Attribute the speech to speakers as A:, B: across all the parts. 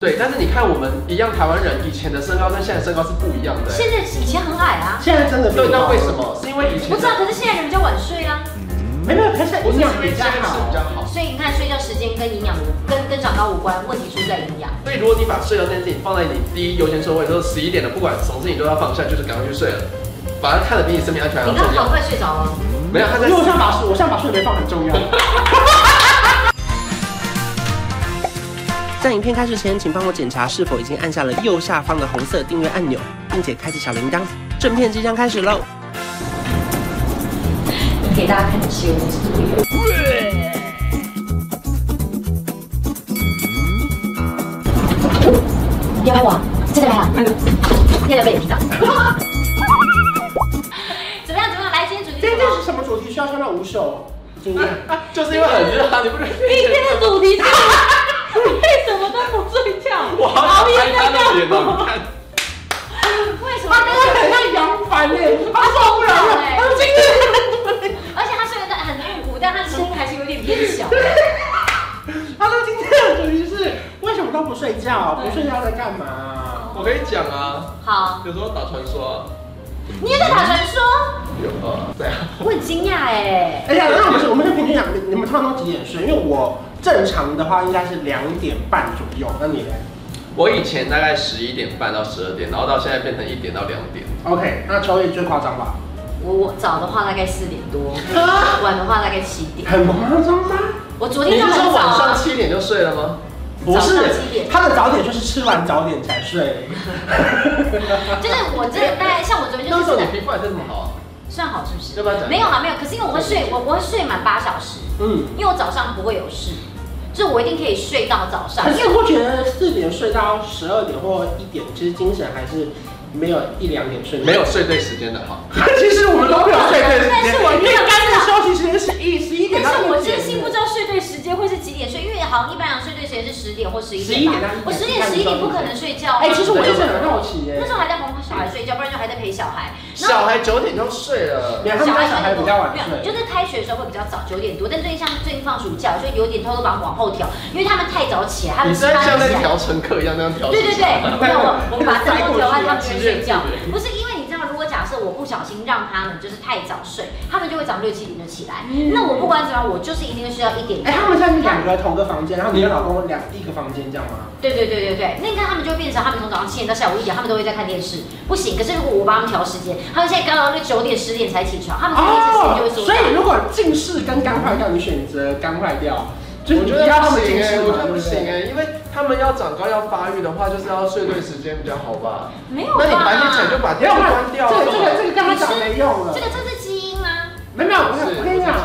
A: 对，但是你看我们一样台湾人以前的身高跟现在身高是不一样的、
B: 现在以前很矮啊，
C: 现在真的
A: 对，那为什？么？是因为以前
B: 不知道，可是现在人比较晚睡啊，
C: 没有，它现在
A: 不是因
C: 营养
A: 为现
C: 比较
A: 在吃
B: 哦
A: 比较
C: 好。
A: 好。
B: 所以你看睡觉时间跟营养无跟跟长高无关，问题出在营养。
A: 所以如果你把睡觉这件事情放在你第一优先顺位，就是十一点了，不管什么事情都要放下，就是赶快去睡了，把它看得比你生命安全还要
B: 你
A: 重
B: 刚好
A: 要。
B: 快睡着了，
A: 没有，他在
C: 因为我想把我想把睡眠放很 重要。
D: 在影片开始前，请帮我检查是否已经按下了右下方的红色订阅按钮，并且开启小铃铛。正片即将开始喽！
B: 你给大家看你是有几度有。你不要我，真的来了，现在被你听到。怎么样？怎么样？来，今天主题
C: 今
B: 是什
C: 天这
B: 么
C: 是？什么主题？需要穿到五手？今
B: 啊
C: 天
A: 就是因为很热啊，你不觉得？
B: 今天的主 题是为什么都不睡觉？
A: 我好想拍他的脸哦，你看。
B: 为什么
C: 他刚刚很像杨凡耶，他受不了了，他今天
B: 而且他虽然在很复古，但他的声音还是有点偏小。
C: 他说今天的主题是为什么都不睡觉？不睡觉在干嘛？
A: 我可以讲啊，
B: 好，
A: 有时候打传说啊，
B: 你也在打传说？
A: 有啊，对啊，
B: 我很惊讶哎，
C: 哎呀，那我们是我们是平均两，你们通常都几点睡？因为我正常的话应该是两点半左右，那你呢
A: 我以前大概十一点半到十二点，然后到现在变成一点到两点。
C: ？OK，那秋叶最夸张吧？
B: 我我早的话大概四点 多，
C: 啊
B: 晚的话大概七点。
C: 很夸张吗？
B: 我昨
A: 你
B: 天就是很
A: 说
B: 早
A: 晚上
B: 啊，
A: 七点就睡了吗？
C: 不
B: 早
C: 是
B: 上七点，
C: 他的早点就是吃完早点才睡。
B: 就是我真的大概像我昨天哎就
A: 那
B: 是
A: 时候
B: 四
A: 你
B: 点
A: 皮肤还是这么好啊？
B: 算好是不是？
A: 要不要讲
B: 没有啦，没有。可是因为我会睡，我我会睡满八小时，
C: 嗯，
B: 因为我早上不会有事，就是我一定可以睡到早上
C: 可。
B: 因为
C: 是我觉得四点睡到十二点或一点，其实精神还是没有一两点睡。
A: 没有，睡对时间的好。
C: 其实我们都没有睡对时 间。
B: 但是我
C: 因为干的休息时间是一十一点到
B: 但是我
C: 一
B: 真
C: 点。
B: 心不知道睡对时间会是几点睡，因为好像一般人睡对时间是十点或十一
C: 11
B: 点
C: 点到
B: 吧
C: 1点。
B: 我十点十一点不可能睡觉啊。
C: 哎、其实我一直很好奇耶、
B: 那时候还在哄小孩睡觉，不然就还在陪小孩。然后
A: 小孩九点就睡了
C: 没，有，他们家小孩比较晚
B: 没有
C: 睡
B: 就。是开学的时候会比较早，九点多。但最近像最近放暑假，我就有点偷偷把它往后调，因为他们太早起来，他
A: 你
B: 们
A: 现在
B: 八
A: 像在
B: 点起来。
A: 调乘客一样那样调。
B: 对对对，没有我我们把灯都调暗，他们就会睡觉
A: 对对。
B: 不是因为你知道，如果假设我不小心让他们就是太早睡，他们就会早上六七点就起来。那我不管怎么样，我就是一定会睡到一点
C: 嗯哎、
B: 半。
C: 他们现在是两个同个房间，然后你跟老公两一个房间这样吗？
B: 对对对对对，那你看他们就会变成他们从早上七点到下午一点，他们都会在看电视，不行。可是如果我帮他们调时间，他们现在刚好就九点十点才起床，他们才一
C: 啊
B: 直时间就会缩
C: 哦所
B: 短。
C: 以如果近视跟肝坏掉，你选择肝坏掉，就是
A: 我觉
C: 你不
A: 得
C: 要他
A: 不
C: 们
A: 行
C: 近
A: 哎，
C: 视
A: 我
C: 嘛
A: 觉，得
C: 对
A: 不
C: 不啊
A: 行
C: 对？
A: 哎，因为他们要长高要发育的话，就是要睡对时间比较好吧。
B: 没有吧？
A: 那你白天起来就把
C: 不
A: 电
C: 要
A: 视
C: 看
A: 关
C: 这
A: 掉
C: 个
A: 啊。
C: 这个这个跟他讲没用了
B: 这。个这是基因啊，
C: 没有没有，我我跟你讲，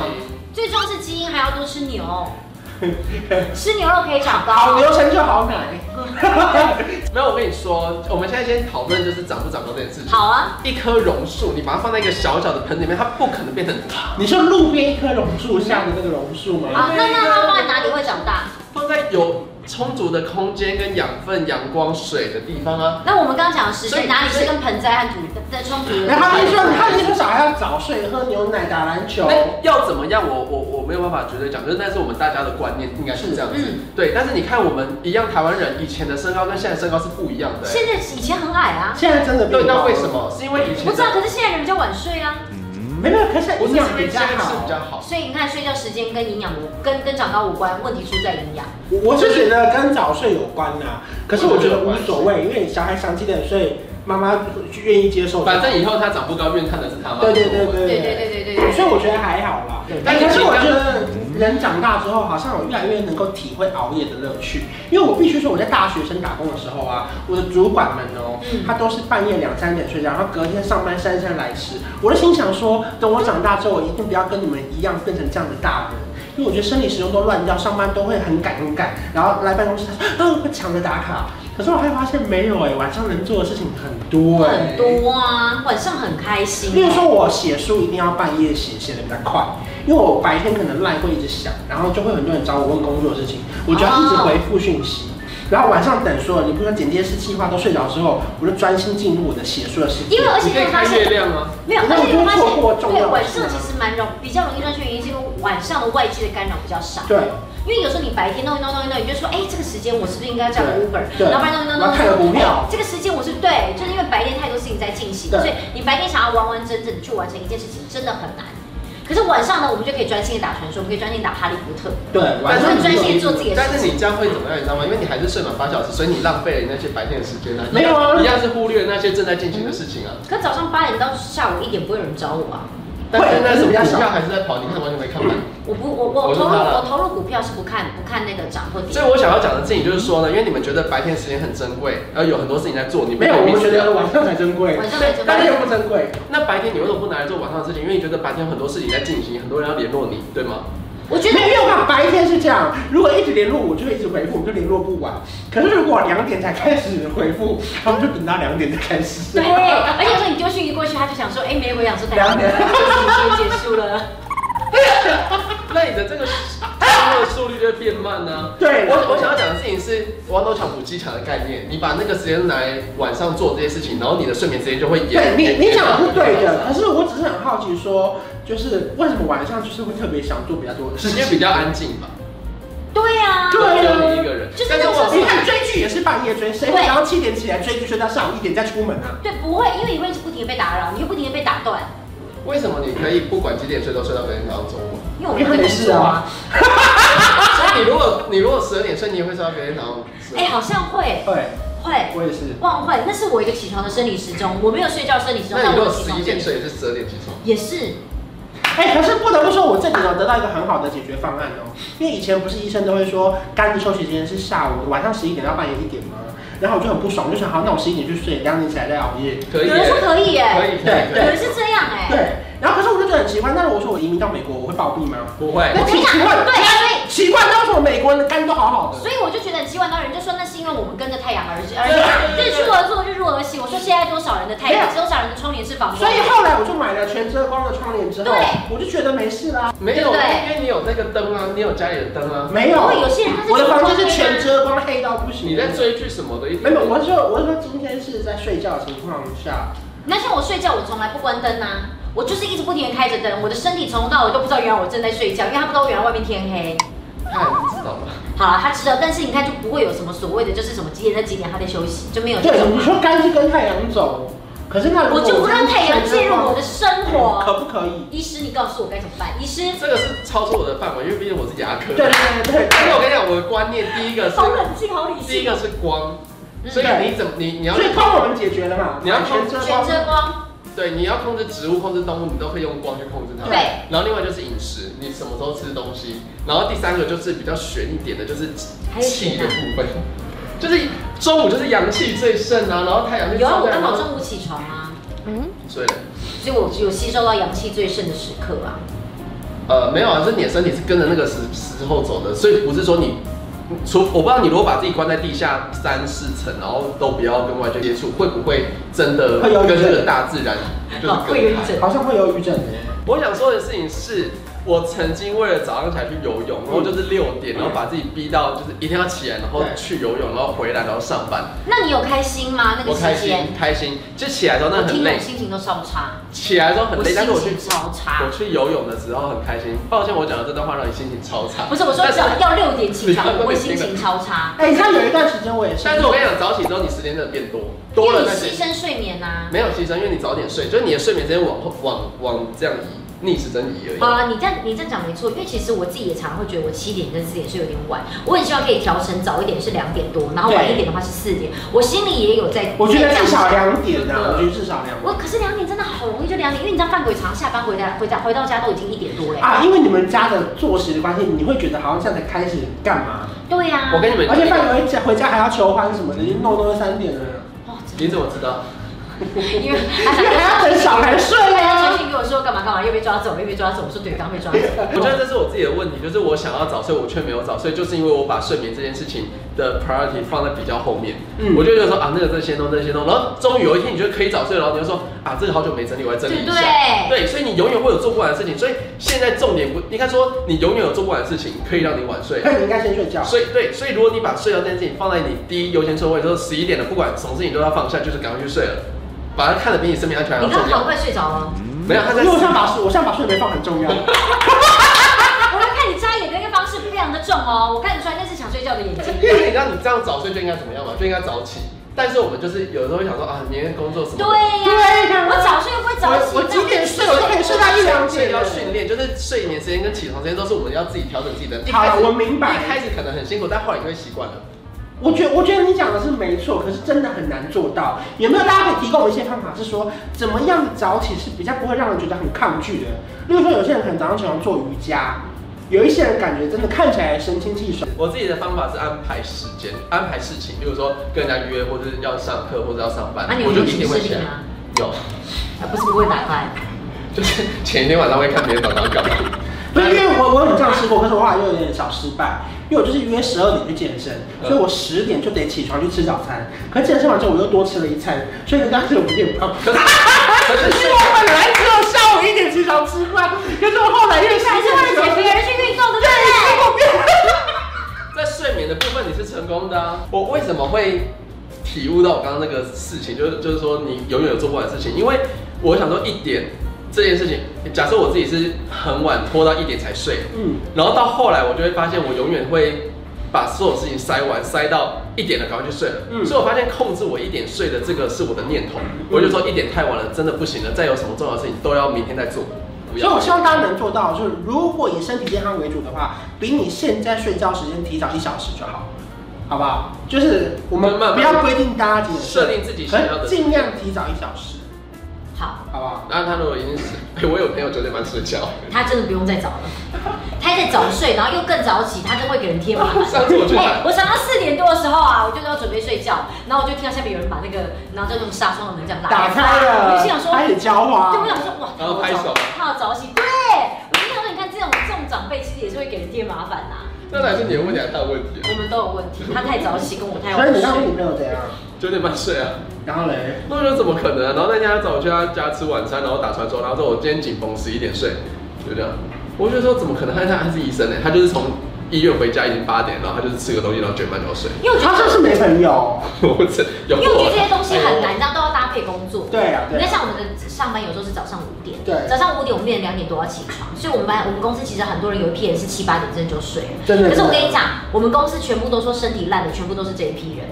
B: 最重要是基因，还要多吃牛，吃牛肉可以长
C: 好
B: 高。啊
C: 牛成就好奶。
A: 没有，我跟你说，我们现在先讨论就是长不长高这件事情。
B: 好啊，
A: 一棵榕树，你把它放在一个小小的盆里面，它不可能变成大。
C: 你说路边一棵榕树下的那个榕树吗？
B: 好，那那它放在哪里会长大？
A: 放在有充足的空间跟养分、阳光、水的地方啊。
B: 那我们刚刚讲的时
A: 所以
B: 间哪里是跟盆栽和土的充足的？
C: 然后他就说，他就说小孩要早睡，喝牛奶，打篮球。
A: 那要怎么样？我我我没有办法绝对讲，就是但是我们大家的观念应该是这样子。
B: 嗯，
A: 对，但是你看我们一样台湾人以前的身高跟现在身高是不一样的、欸。
B: 现在以前很矮啊，
C: 现在真的比较
A: 对，那为什？么？是因为以前
B: 不知道，可是现在人比较晚睡啊。
C: 没有，可是
A: 不是因
C: 营养
A: 为
C: 比
A: 现
C: 较
A: 在吃
C: 好
A: 比。较好。
B: 所以你看，睡觉时间跟营养无跟跟长高无关，问题出在营养。
C: 我我是觉得跟早睡有关呐、可是我觉得无所谓，因为小孩想几点睡，妈妈愿意接受。
A: 反正以后他长不高，怨看的是他妈。
C: 对对
B: 对
C: 对
B: 对
C: 对对
B: 对对对
C: 对，
B: 对。
C: 所以我觉得还好啦。但可是我觉得人长大之后，好像我越来越能够体会熬夜的乐趣，因为我必须说我在大学生打工的时候啊，我的主管们哦、
B: 嗯
C: 他都是半夜两三点睡觉，然后隔天上班姗姗来迟。我就心想说，等我长大之后，我一定不要跟你们一样变成这样的大人。因为我觉得生理时钟都乱掉，上班都会很赶很赶，然后来办公室，啊，会抢着打卡。可是我还发现没有哎、晚上能做的事情很多哎、
B: 很多啊，晚上很开心。
C: 例如说，我写书一定要半夜写，写的比较快，因为我白天可能赖会一直响，然后就会很多人找我问工作的事情，我就要一直回复讯息。然后晚上等所有，你不说剪接师、计划都睡着之后，我就专心进入我的写书的世界。
B: 因为而且
A: 你可以
B: 你有发
A: 看月
B: 现
A: 亮啊。
B: 没有，
C: 你看
B: 而且你有发
C: 我
B: 现
C: 就错过重要
B: 对
C: 的
B: 晚
C: 事
B: 上
C: 啊
B: 其实蛮容比较容易入睡，原因是因为晚上的外界的干扰比较少。
C: 对，
B: 因为有时候你白天弄一弄弄一弄，你就说，哎，这个时间我是不是应该叫个
C: 对
B: Uber？
C: 对
B: 然后不然弄一弄弄一弄，
C: 然后看个股
B: 哎
C: 票
B: 这个时间我是对，就是因为白天太多事情在进行，所
C: 对
B: 以你白天想要完完整整的去完成一件事情，真的很难。可是晚上呢，我们就可以专心的打传说，我们可以专心地打哈利波特，
C: 对，
B: 我
C: 晚
B: 们
C: 上
B: 会专心地做自己的
A: 但
B: 事
A: 是
B: 情。
A: 你这样会怎么样，你知道吗？因为你还是睡满八小时，所以你浪费了那些白天的时间啊。
C: 没有啊
A: 一样是忽略那些正在进行的事情啊。
B: 可早上八点到下午一点不会有人找我啊，
A: 但是那是
C: 会
A: 股
C: 比较少
A: 票还是在跑，你看完全没看完。
B: 我不我我
A: 我
B: 我
A: 知
B: 投
A: 道
B: 入
A: 了
B: 我投入股票是不看不看那个涨或 跌
A: 所。以我想要讲的事情就是说呢，因为你们觉得白天时间很珍贵，然后有很多事情在做，你
C: 没有，我
A: 们
C: 们觉得晚上才珍贵，
B: 晚上才珍贵
C: 白天不珍贵。
A: 那白天你为什么不拿来做晚上的事情？因为你觉得白天有很多事情在进行，很多人要联络你，对吗？
B: 我觉得
C: 没有吧，白天是这样，如果一直联络我，就会一直回复，我们就联络不完。可是如果两点才开始回复，他们就等到两点才开始
B: 对，。而且有时候你丢讯息过去，他就想说，哎，没回，想说代表
C: 两点
B: 事情结束了。
A: 那你的这个工作速率就会变慢呢、
C: 对
A: 我我想要讲的事情是弯刀抢补机场的概念，你把那个时间拿来晚上做这些事情，然后你的睡眠时间就会
C: 对
A: 延。
C: 你，你讲的是对
A: 延
C: 的，
A: 长
C: 可是我只是很好奇说，就是为什么晚上就是会特别想做比较多的事
A: 时间
C: 情？
A: 比较安静吧，
B: 对呀、
A: 只
C: 对啊
A: 有你一个人。
B: 就是
A: 但
B: 那
A: 是
B: 个时候
A: 我
C: 你看追剧也是半夜追，谁会想要七点起来追剧追到上午一点再出门啊？
B: 对，不会，因为你会一直不停的被打扰，你就不停的被打断，
A: 为什么你可以不管几点睡都睡到隔天早上中午？
B: 因为我们在工作啊。
A: 啊所以你如果你如果十二点睡，你也会睡到隔天早上。
B: 哎、好像会
C: 对，
B: 会
C: 我也是。
B: 忘会，那是我一个起床的生理时钟，我没有睡觉生理时钟，
A: 那
B: 但
A: 你如
B: 我
A: 果
B: 有起
A: 十
B: 床
A: 一
B: 生
A: 点
B: 理
A: 睡，也是十二点起床。
B: 也是，
C: 哎、可是不得不说，我这里有得到一个很好的解决方案哦、因为以前不是医生都会说肝的休息时间是下午晚上十一点到半夜一点吗？然后我就很不爽，我就想好，那我十一点去睡，两点起来再熬夜。
A: 可以
B: 有
A: 耶，
B: 人说可以耶、
A: 可以，可以，
B: 有
A: 可
B: 人
A: 以。
B: 是这样哎、
C: 对，然后可是我就觉得很奇怪，那如果说我移民到美国，我会暴毙吗？
A: 不会
C: 那
B: 我跟你讲
C: 奇怪，
B: 对所
C: 奇怪，为什么美国人的肝都好好的？
B: 所以我就觉得很奇怪，当人就说那是因为我们跟着太阳而而日出而作，日落而息。我说现在多少人的太阳，多少人的窗帘是防
C: 所以后来我就买了全遮光的窗帘之后
B: 对，
C: 我就觉得没事啦。
A: 没有，啊
B: 对不对
A: 因为你有那个灯啊，你有家里的灯啊。
C: 没有
B: 不，过有些人他是
C: 我的房间是
B: 全
C: 全
B: 遮
C: 遮光，黑到不行。
A: 你在？追剧什么的？一定
C: 没有，我是说，我是说今天是在睡觉的情况下。
B: 那像我睡觉，我从来不关灯啊，我就是一直不停的开着灯，我的身体从头到尾都不知道原来我正在睡觉，因为他不知道原来外面天黑。
A: 他也不知道 吧？
B: 好了，他知道，但是你看就不会有什么所谓的，就是什么几点到几点他在休息，就没有这
C: 对，
B: 种
C: 你
B: 啊。
C: 说肝是跟太阳走，可是那如果
B: 我就不让太阳介入我的生活。
C: 可不可以？
B: 医师，你告诉我该怎么办？医师，
A: 这个是超出我的范围，因为毕竟我是牙科。
C: 对对。对对
A: 但是我跟
C: 对。
A: 你讲，我的观念第一个是
B: 好冷静，好理
A: 第一
B: 性。
A: 个是光，
B: 嗯
A: 所以
C: 对
A: 你怎么你你要
C: 所以帮我们解决了嘛？
A: 你要
C: 全遮
B: 全
C: 光。
B: 遮光，
A: 对你要控制植物、控制动物，你都可以用光去控制它。
B: 对。
A: 然后另外就是饮食，你什么时候吃东西。然后第三个就是比较玄一点的，就是
B: 还有
A: 气
B: 血
A: 的
B: 糖。
A: 部分，就是中午就是阳气最盛啊，然后太阳就
B: 有啊，我刚
A: 然
B: 好
A: 后
B: 中午起床啊，
A: 所以
B: 所以我只有吸收到阳气最盛的时刻啊。
A: 呃，没有啊，就是你的身体是跟着那个时时候走的，所以不是说你，嗯除我不知道你如果把自己关在地下三四层，然后都不要跟外界接触，会不会真的
C: 会有
A: 跟
C: 一
A: 这
C: 阵
A: 个大自然就是
B: 哦会有一
A: 更好
B: 阵
C: 好像会有郁症耶。
A: 我想说的事情是，我曾经为了早上起来去游泳，然后就是
B: 嗯
A: 六点，然后把自己逼到就是一定要起来，然后
C: 对
A: 去游泳，然后回来，然后上班。
B: 那你有开心吗？那
A: 我
B: 个
A: 开
B: 期
A: 心
B: 间，
A: 开心，就起来之后那
B: 我
A: 很
B: 听
A: 累
B: 我，心情都超差，
A: 起来之后很
B: 我
A: 累，
B: 心
A: 但是我去
B: 情超差
A: 我。去游泳的时候很开心。抱歉，我讲的这段话让你心情超差。
B: 不是我说
A: 但
B: 只要要六点起
A: 你
B: 床，
A: 看
B: 我
A: 那
B: 会
A: 个
B: 心情超差，
C: 哎，你看有一段时间我也是
A: 但。是我跟你讲，早起之后你时间真的变多，多
B: 因
A: 了
B: 为
A: 那些
B: 你牺牲睡眠啊呐。
A: 没有牺牲，因为你早点睡，就是你的睡眠时间往后往往这样移，逆时针移而已。
B: 好了，你这样你这样讲没错，因为其实我自己也常常会觉得我七点跟四点是有点晚，我很希望可以调成早一点是两点多，然后晚一点的话是四点，我心里也有在。
C: 我觉得
B: 在这
C: 至
B: 样
C: 少
B: 想
C: 两点呐，我觉得至少两
B: 我可是两点真的好容易就两点，因为你知道犯鬼常下班回来回家回到家都已经一点多
C: 点
B: 嘞。
C: 啊，因为你们家的作息的关系，你会觉得好像现在才开始干嘛？
B: 对呀。
A: 我跟你们
C: 而且范围回家还要求欢什么的，已经弄都三点了，
B: 哦真的
A: 你怎么知道？
B: 因为啊他想
C: 因为还要等小孩睡
B: 他
C: 啊
B: 要。传讯跟我说干嘛干嘛，又被抓走，又被抓走。我说对，刚被抓走。
A: 我觉得这是我自己的问题，就是我想要早睡，我却没有早睡，就是因为我把睡眠这件事情的 priority 放在比较后面。
C: 嗯
A: 我就觉得说啊，那个这先弄，这先弄，然后终于有一天你觉得可以早睡，然后你就说啊，这个好久没整理，我来整理一下。
B: 对
A: 对，所以你永远会有做不完的事情，所以现在重点不应该说你永远有做不完的事情可以让你晚睡。
C: 那你应该先睡觉。
A: 所以对，所以如果你把睡觉这件事情放在你第一优先顺位，就是十一点了，不管什么事情都要放下，就是赶快去睡了，把它看得比你生命安全还要
B: 你刚
A: 重
B: 好
A: 要。
B: 快睡着了，
A: 没有，他
C: 因
A: 在
C: 为我现在把我现在把睡眠放很重要。
B: 啊我要看你眨眼的一个方式，非常的重哦，我看得出来那是想睡觉的眼睛。
A: 因为你知道你这样早睡就应该怎么样嘛，就应该早起。但是我们就是有时候会想说啊，明天工作什么的。
B: 对呀、我早睡又不会早起，
C: 我我几点睡我可以睡到一两
A: 所以
C: 点
A: 要训练，就是睡眠时间跟起床时间都是我们要自己调整自己的。一
C: 好
A: 开始
C: 我明
A: 一
C: 白
A: 开始可能很辛苦，但后来你会习惯了。
C: 我觉我觉得你讲的是没错，可是真的很难做到。有没有大家可以提供我一些方法，是说怎么样早起是比较不会让人觉得很抗拒的？例如说，有些人可能早上起床做瑜伽，有一些人感觉真的看起来神清气爽。
A: 我自己的方法是安排时间，安排事情，比如说跟人家约，或者是要上课，或者要上班，
B: 那、你
A: 我
B: 有
A: 就
B: 点
A: 一
B: 视
A: 定会起
B: 频
A: 来。
B: 啊？
A: 有，
B: 啊，不是不会打开。
A: 就是前一天晚上会看别人早上干嘛。
C: 不是因为我我有这样试过，可是我后来又有点小失败，因为我就是约十二点去健身，所以我
A: 嗯
C: 十点就得起床去吃早餐。可是健身完之后我又多吃了一餐，所以当时我有点胖。
A: 可是可是
C: 可是我本来只有下午一点起床吃饭，可是我后来又
B: 你还是为了减肥而去运动的，对
C: 结
B: 不
C: 果变
A: 在睡眠的部分你是成功的啊。我为什么会体悟到我刚刚那个事情，就是就是说你永远有做不完的事情，因为我想说一点这件事情，假设我自己是很晚拖到一点才睡，
C: 嗯，
A: 然后到后来我就会发现我永远会把所有事情塞完，塞到一点了赶快去睡了。
C: 嗯
A: 所以我发现控制我一点睡的这个是我的念头，我就说一点太晚了，真的不行了，再有什么重要的事情都要明天再做。不
C: 所以
A: 要
C: 我希望大家能做到，就是如果以身体健康为主的话，比你现在睡觉时间提早一小时就好，好不好？就是我们
A: 慢慢
C: 不要规定大家几点睡
A: 设定自己想要的
C: 可是尽量提早一小时，
B: 对？好，
C: 好不好？
A: 然后他如果已经是，哎我有朋友九点半睡觉。
B: 他真的不用再早了，他还在早睡，然后又更早起，他真会给人贴麻烦。
A: 上次我去买
B: 哎我常常四点多的时候啊，我就是要准备睡觉，然后我就听到下面有人把那个，然后就用纱窗的门这样
C: 打开了，
B: 我就心想说，
C: 开始浇花
B: 对，我想说哇，
A: 然后拍手
B: 他要早起，对，我就想说，你看这种这种长辈其实也是会给人贴麻烦呐、
A: 那才是你的问题还是他的问题啊？
B: 我们都有问题，他太早起跟我太晚
C: 所以哎
A: 哎
C: 你当
B: 睡
C: 时女。朋友怎样？
A: 九点半睡啊？
C: 然后嘞，
A: 那我说怎么可能啊？然后那天他找我去他家吃晚餐，然后打传说，然后说我今天紧绷十一点睡，就这样。我就说怎么可能？他他他是医生欸呢、他就是从医院回家已经八点，然后他就是吃个东西，然后九点半就要睡。
B: 因为我觉
C: 他
B: 得
C: 就是没朋友，
A: 我这有
B: 因为我觉得这些东西很
A: 哎
B: 难，你知道都要搭配工作。
C: 对啊对啊
B: 你看像我们的上班有时候是早上五点，
C: 对
B: 早上五点我们变成两点多要起床，所以我们班我们公司其实很多人有一批人是七八点真的就睡了。
C: 真的
B: 可是我
C: 真的
B: 跟你讲，我们公司全部都说身体烂的，全部都是这一批人，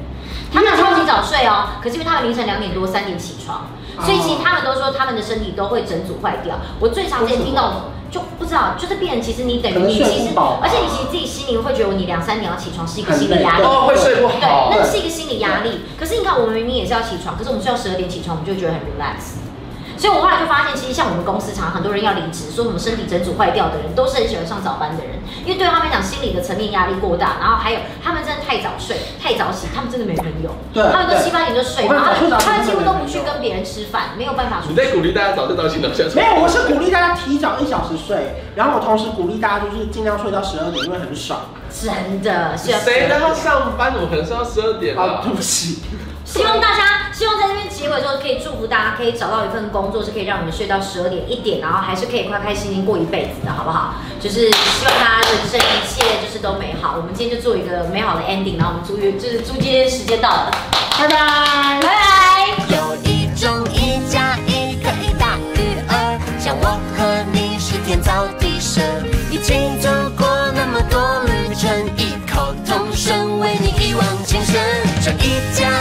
B: 他们超级早睡哦，可是因为他们凌晨两点多三点起床，所以其实他们都说他们的身体都会整组坏掉。我最常见听到。就不知道，就是变成其实你等于
C: 可能
B: 你
C: 睡
B: 其实
C: 不饱吧，
B: 而且你其实自己心里会觉得你两三点要起床是一个
C: 很
B: 心理
C: 累
B: 压力，
A: 哦会睡不好
B: 对，那是一个心理压力。可是你看，我们明明也是要起床，可是我们睡到十二点起床，我们就会觉得很 relax。所以我后来就发现，其实像我们公司常很多人要离职，说什么身体整组坏掉的人，都是很喜欢上早班的人，因为对他们来讲，心理的层面压力过大，然后还有他们真的太早睡、太早起，他们真的没朋友，
C: 对
B: 他们都七八点就睡，
C: 我看
B: 然后他
C: 早睡早
B: 们他们
C: 起
B: 几乎
C: 真的
B: 都
C: 没
B: 不去
C: 朋友
B: 跟别人吃饭，没有办法出
A: 你
B: 去。
A: 在鼓励大家早睡早起，早下睡。
C: 没有，我是鼓励大家提早一小时睡，然后我同时鼓励大家就是尽量睡到十二点，因为很爽。
B: 真的是要
A: 谁让他上班？怎么可能睡到十二点啊
C: 啊，对？不起。
B: 希望大家，希望在这边结尾的时候可以祝福大家，可以找到一份工作，是可以让你们睡到十二点一点，然后还是可以快开心心过一辈子的，好不好？就是希望大家人生一切就是都美好。我们今天就做一个美好的 ending，然后我们祝愿就是祝今天时间到了，拜拜，拜拜。
E: 有一种一加一可以大于二，像我和你是天造地设，一起走过那么多旅程，异口同声为你一往情深。这一加